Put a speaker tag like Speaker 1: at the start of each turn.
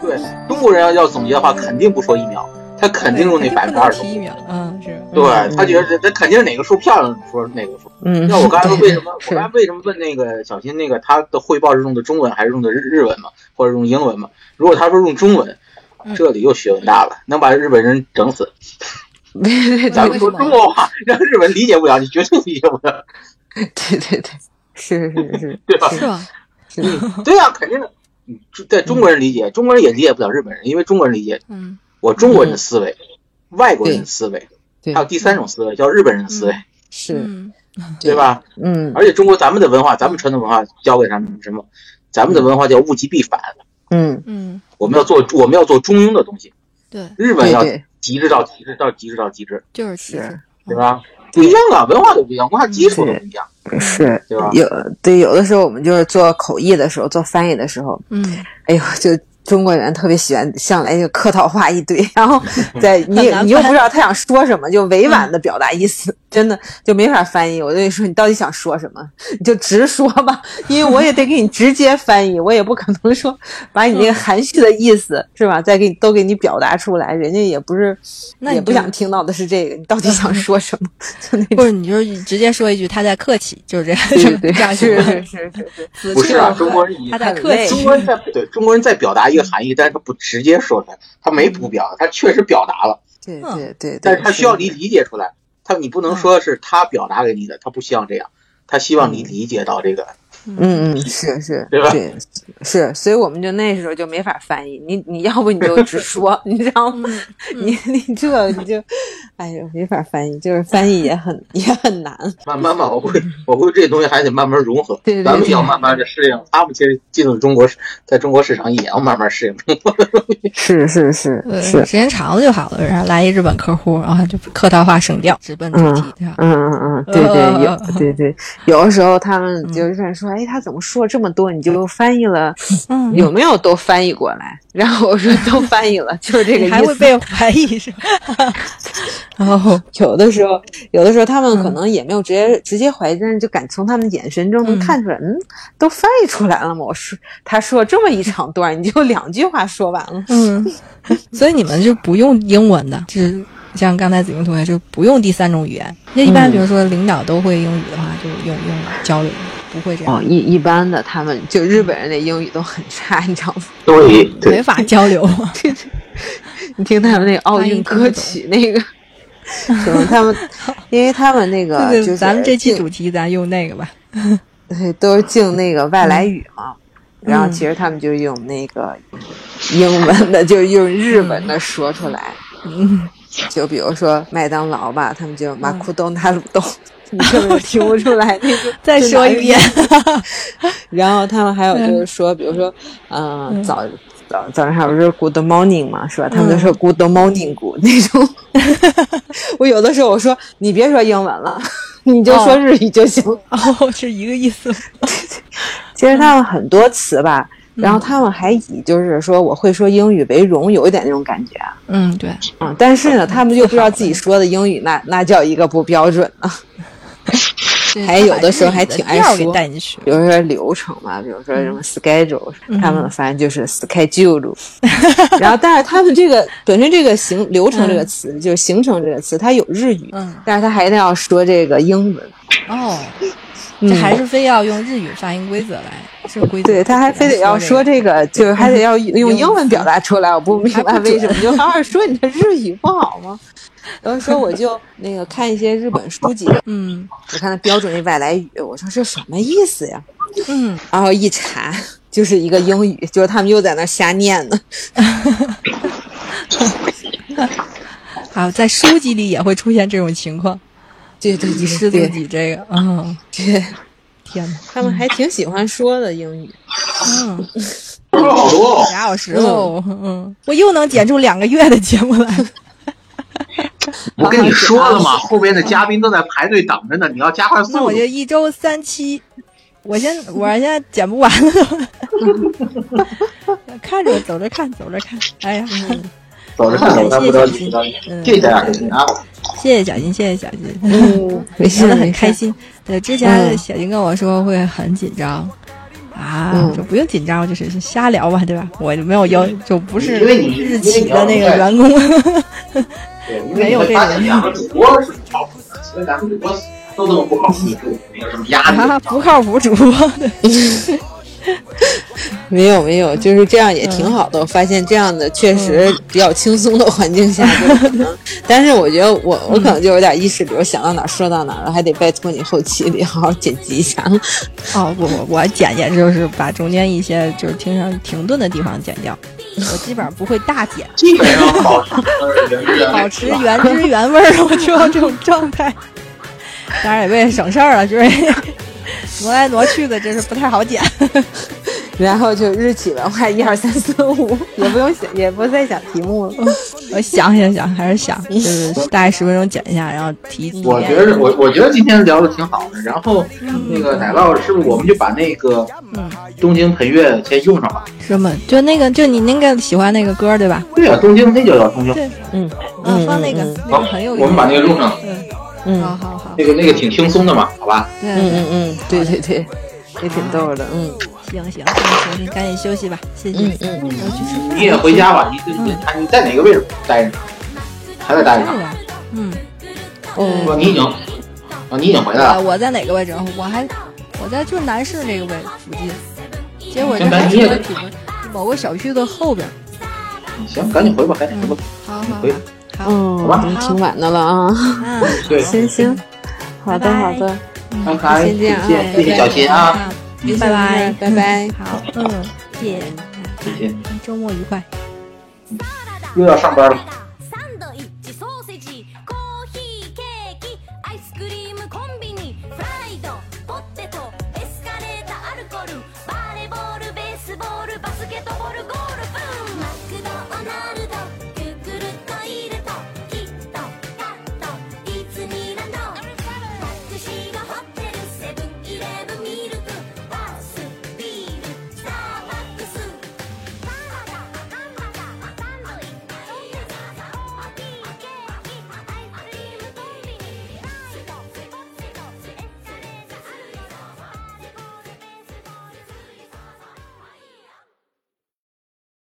Speaker 1: 对，中国人要要总结的话，肯定不说疫苗，他肯定用那百分之二十
Speaker 2: 提。一秒，嗯，是
Speaker 1: 对他觉得他肯定是哪个数漂亮说哪个数。
Speaker 3: 嗯，
Speaker 1: 那我刚才为什么我
Speaker 3: 是
Speaker 1: 刚才为什么问那个小新那个他的汇报是用的中文还是用的日日文嘛，或者用英文嘛？如果他说用中文，
Speaker 2: 嗯
Speaker 1: 这里又学问大了，能把日本人整死。
Speaker 3: 对对
Speaker 1: 咱
Speaker 3: 对
Speaker 1: 们说中国话，让日本理解不了，你绝对理解不了，
Speaker 3: 对对对，是是是
Speaker 1: 对吧？
Speaker 2: 是吧？
Speaker 3: 是的，
Speaker 1: 对呀、肯定的。嗯，在中国人理解，中国人也理解不了日本人，因为中国人理解
Speaker 2: 嗯，
Speaker 1: 我中国人的思维、外国人的思维，
Speaker 3: 对
Speaker 1: 还有第三种思维叫日本人的思维，
Speaker 3: 是，
Speaker 2: 嗯
Speaker 1: 对吧？
Speaker 3: 嗯
Speaker 1: 而且中国咱们的文化，咱们传统文化教给他们什么？咱们的文化叫物极必反，
Speaker 3: 嗯，
Speaker 2: 嗯，
Speaker 1: 我们要做我们要做中庸的东西，
Speaker 2: 对，
Speaker 1: 日本
Speaker 3: 对
Speaker 1: 要
Speaker 3: 对
Speaker 1: 极致到极致到极致到极致，
Speaker 2: 就是其实
Speaker 3: 是，
Speaker 1: 对吧？
Speaker 3: 嗯
Speaker 1: 不一样啊，文化都不一样，文化基础都不一样，
Speaker 3: 是
Speaker 1: 对吧
Speaker 3: 有对有的时候我们就是做口译的时候，做翻译的时候，
Speaker 2: 嗯，
Speaker 3: 哎呦就。中国人特别喜欢向来就客套话一堆，然后在你也你又不知道他想说什么，就委婉的表达意思，真的就没法翻译。我就说你到底想说什么，你就直说吧，因为我也得给你直接翻译，我也不可能说把你那个含蓄的意思是吧，再给你都给你表达出来，人家也不是
Speaker 2: 那
Speaker 3: 也
Speaker 2: 你
Speaker 3: 不
Speaker 2: 就
Speaker 3: 想听到的是这个，你到底想说什么？ 就那
Speaker 2: 或
Speaker 3: 种
Speaker 2: 者你就是直接说一句他在客气，就是这样，
Speaker 3: 对
Speaker 2: 这样行
Speaker 3: 是
Speaker 2: 吗
Speaker 3: 是是是是，
Speaker 2: 死
Speaker 1: 不是啊？
Speaker 2: 去活
Speaker 1: 中
Speaker 2: 来
Speaker 1: 国人以
Speaker 2: 他在
Speaker 3: 很
Speaker 2: 客
Speaker 3: 累
Speaker 1: 中
Speaker 2: 气，
Speaker 1: 国人在对中国人在表达一个含义，但是他不直接说出来，他没不表达，他确实表达了，
Speaker 3: 对
Speaker 2: 嗯
Speaker 3: 对嗯对，嗯
Speaker 1: 但是他需要你
Speaker 3: 理
Speaker 1: 理解出来，他你不能说是他表达给你的，他不希望这样，他希望你理解到这个，
Speaker 3: 嗯嗯是是
Speaker 1: 对吧
Speaker 3: 对是，所以我们就那时候就没法翻译，你你要不你就直说， 你知道
Speaker 2: 嗯
Speaker 3: 吗？你你这你就，哎呦没法翻译，就是翻译也很也很难，
Speaker 1: 慢慢慢，我会我会这东西还得慢慢融合
Speaker 3: 对对，
Speaker 1: 咱们也要慢慢的适应，他们其实进入中国市，在中国市场也要慢慢适 应。
Speaker 3: 是是是
Speaker 2: 对，时，间长了就好了。然后来一日本客户，然后就客套话省掉，直奔主题，对吧？
Speaker 3: 嗯嗯嗯，对
Speaker 2: 呃
Speaker 3: 对有对对，有的时候他们就是说，哎，他怎么说这么多？你就翻译了，
Speaker 2: 嗯，
Speaker 3: 有没有都翻译过来？然后我说都翻译了，就是这个
Speaker 2: 你
Speaker 3: 意思。
Speaker 2: 还会被怀疑是吧？ 然后，
Speaker 3: 有的时候，有的时候他们可能也没有直接、直接怀疑，但是就敢从他们眼神中
Speaker 2: 嗯
Speaker 3: 能看出来，嗯都翻译出来了吗？我说他说这么一长段，你就两句话说完了。
Speaker 2: 嗯， 所以你们就不用英文的，就是像刚才子明同学就不用第三种语言。那一般
Speaker 3: 嗯
Speaker 2: 比如说领导都会英语的话，就用英语交流，不会这样，
Speaker 3: 哦，一一般的他们就日本人的英语都很差，你知道吗？
Speaker 1: 对
Speaker 2: 没，法交流。
Speaker 3: 你听他们那个奥
Speaker 2: 发音
Speaker 3: 运
Speaker 2: 听不懂
Speaker 3: 歌曲那个， 什么他们，因为他 们那个
Speaker 2: 对
Speaker 3: 啊就是
Speaker 2: 咱们这期
Speaker 3: 竞
Speaker 2: 主题咱用那个吧。
Speaker 3: 对， 都是敬那个外来语嘛。然后
Speaker 2: 嗯
Speaker 3: 其实他们就用那个英文的，就用日文的说出来。
Speaker 2: 嗯，
Speaker 3: 就比如说麦当劳吧，他们就马库东大鲁 东，你根本听不出来那个。
Speaker 2: 再说一遍。
Speaker 3: 然后他们还有就是说，比如说，嗯、呃，早早早上还不是 Good morning 嘛，是吧？
Speaker 2: 嗯
Speaker 3: 他们就说 Good morning good 那 种。我有的时候我说你别说英文了， 你就说日语就行。
Speaker 2: 哦， 是一个意思。
Speaker 3: 其实他们很多词吧，
Speaker 2: 嗯
Speaker 3: 然后他们还以就是说我会说英语为荣，有一点那种感觉啊。
Speaker 2: 嗯，对，
Speaker 3: 嗯，但是呢，他们就不知道自己说的英语
Speaker 2: 嗯
Speaker 3: 那那叫一个不标准啊。还有的时候还挺爱
Speaker 2: 调儿给
Speaker 3: 说
Speaker 2: 带进去。
Speaker 3: 比如说流程嘛，比如说
Speaker 2: 嗯
Speaker 3: 什么 schedule，、他们反正就 是 schedule，、然后但是他们这个本身这个行流程这个词、就是行程这个词，它有日语，
Speaker 2: 嗯
Speaker 3: 但是他还得要说这个英文，
Speaker 2: 哦，
Speaker 3: 嗯
Speaker 2: 这还是非要用日语发音规则来，这个规则。
Speaker 3: 对他还非得要说
Speaker 2: 这
Speaker 3: 这个， 就是还得要用
Speaker 2: 用
Speaker 3: 英文表达出来，我不明白为什么， 就老是说你这日语不好吗？然后说我就那个看一些日本书籍，
Speaker 2: 个，嗯
Speaker 3: 我看他标准那外来语，我说这什么意思呀？
Speaker 2: 嗯，
Speaker 3: 然后一查就是一个英语，就是他们又在那瞎念呢。
Speaker 2: 好，在书籍里也会出现这种情况，
Speaker 3: 对对
Speaker 2: 以
Speaker 3: 对
Speaker 2: 示自
Speaker 3: 嗯对
Speaker 2: 己这个，嗯，
Speaker 3: 对，
Speaker 2: 天哪，
Speaker 3: 他们还挺喜欢说的英语。
Speaker 2: 嗯，
Speaker 1: 好多哦。
Speaker 2: 俩小时喽，嗯，我又能剪出两个月的节目来了。
Speaker 1: 我跟你说了嘛，后边的嘉宾都在排队等着呢，你要加快速
Speaker 2: 那
Speaker 1: 度
Speaker 2: 我。就一周三期，我先我现在剪不完了， 看着走着看走着看，哎呀，
Speaker 1: 走着看，走着看，不着急，不着急。谢谢大家啊！
Speaker 2: 谢谢小金，谢谢小金，
Speaker 3: 嗯，没
Speaker 2: 聊
Speaker 3: 事
Speaker 2: 得很
Speaker 3: 没事
Speaker 2: 开心。对，之前
Speaker 3: 嗯
Speaker 2: 小金跟我说会很紧张。啊，
Speaker 3: 嗯
Speaker 2: 就不用紧张，就是瞎聊嘛，对吧？我就没有要，就不是
Speaker 1: 因为你
Speaker 2: 日企的那
Speaker 1: 因为你
Speaker 2: 个
Speaker 1: 要
Speaker 2: 员工，
Speaker 1: 对，因为你会发现两个主播是不靠谱的，所以咱们主播都这么不靠谱，没有什么压力。
Speaker 2: 啊，不靠谱主播，对，
Speaker 3: 没有没有，就是这样也挺好的。我发现这样的确实比较轻松的环境下，就可能。 但是我觉得我我可能就有点意识流，想到哪儿说到哪儿了，还得拜托你后期得好好剪辑一 下。
Speaker 2: 哦，不不，我剪也就是把中间一些就是听上停顿的地方剪掉，我基本上不会大剪，
Speaker 1: 基本上保持原汁原味，
Speaker 2: 保持原汁 原味儿，我就要这种状态。当然也为了省事儿了，就是 挪来挪去的，真是不太好剪。
Speaker 3: 然后就日企文化一二三四五， 也不用想，也不再想题目了。
Speaker 2: 嗯 我想想想，还是想，就是大概十分钟剪一下，然后提提
Speaker 1: 我
Speaker 2: 炼
Speaker 1: 觉得我我觉得今天聊的挺好的，然后那个奶酪是不是我们就把那个
Speaker 2: 嗯
Speaker 1: 东京陪月先用上吧？
Speaker 2: 什么，就那个，就你那个喜欢那个歌儿对吧？
Speaker 1: 对啊，东京那就叫东京。
Speaker 2: 对
Speaker 3: 嗯
Speaker 2: 嗯，放那个
Speaker 3: 嗯
Speaker 2: 那个很有意思。
Speaker 1: 我们把那个用上，
Speaker 2: 嗯，好
Speaker 3: 嗯
Speaker 2: 好好，
Speaker 1: 那个那个挺轻松的嘛，好吧？
Speaker 2: 对
Speaker 3: 嗯
Speaker 2: 对
Speaker 3: 嗯嗯，对对对，也挺逗的。嗯
Speaker 2: 行行行行，赶紧休息吧，谢谢。
Speaker 3: 嗯嗯，
Speaker 2: 我去吃饭
Speaker 1: 你也回家吧，
Speaker 2: 嗯
Speaker 1: 你你你在哪个位置待着呢？还在待着呢？
Speaker 2: 了。嗯，
Speaker 3: 哦
Speaker 1: 不，你已经啊，你已经回来
Speaker 2: 啊，
Speaker 1: 了。
Speaker 2: 我在哪个位置？我还我在就是南市这个位附近，结果这
Speaker 1: 行
Speaker 2: 还
Speaker 1: 咱
Speaker 2: 是
Speaker 1: 你也
Speaker 2: 我挺某个小区的后边。嗯
Speaker 1: 行，赶紧回吧，赶紧回吧。
Speaker 2: 好好
Speaker 1: 回
Speaker 2: 好，好，
Speaker 3: 哦，已经挺晚的了啊。
Speaker 2: 嗯，
Speaker 1: 对，
Speaker 3: 行行，好的好的，
Speaker 1: 拜拜，
Speaker 3: 先这样啊
Speaker 2: 哎
Speaker 1: 谢谢小秦啊，
Speaker 2: 啊，拜拜，
Speaker 3: 拜拜。
Speaker 2: 好，嗯，谢谢，
Speaker 1: 再见，
Speaker 2: 周末愉快。
Speaker 1: 又要上班了。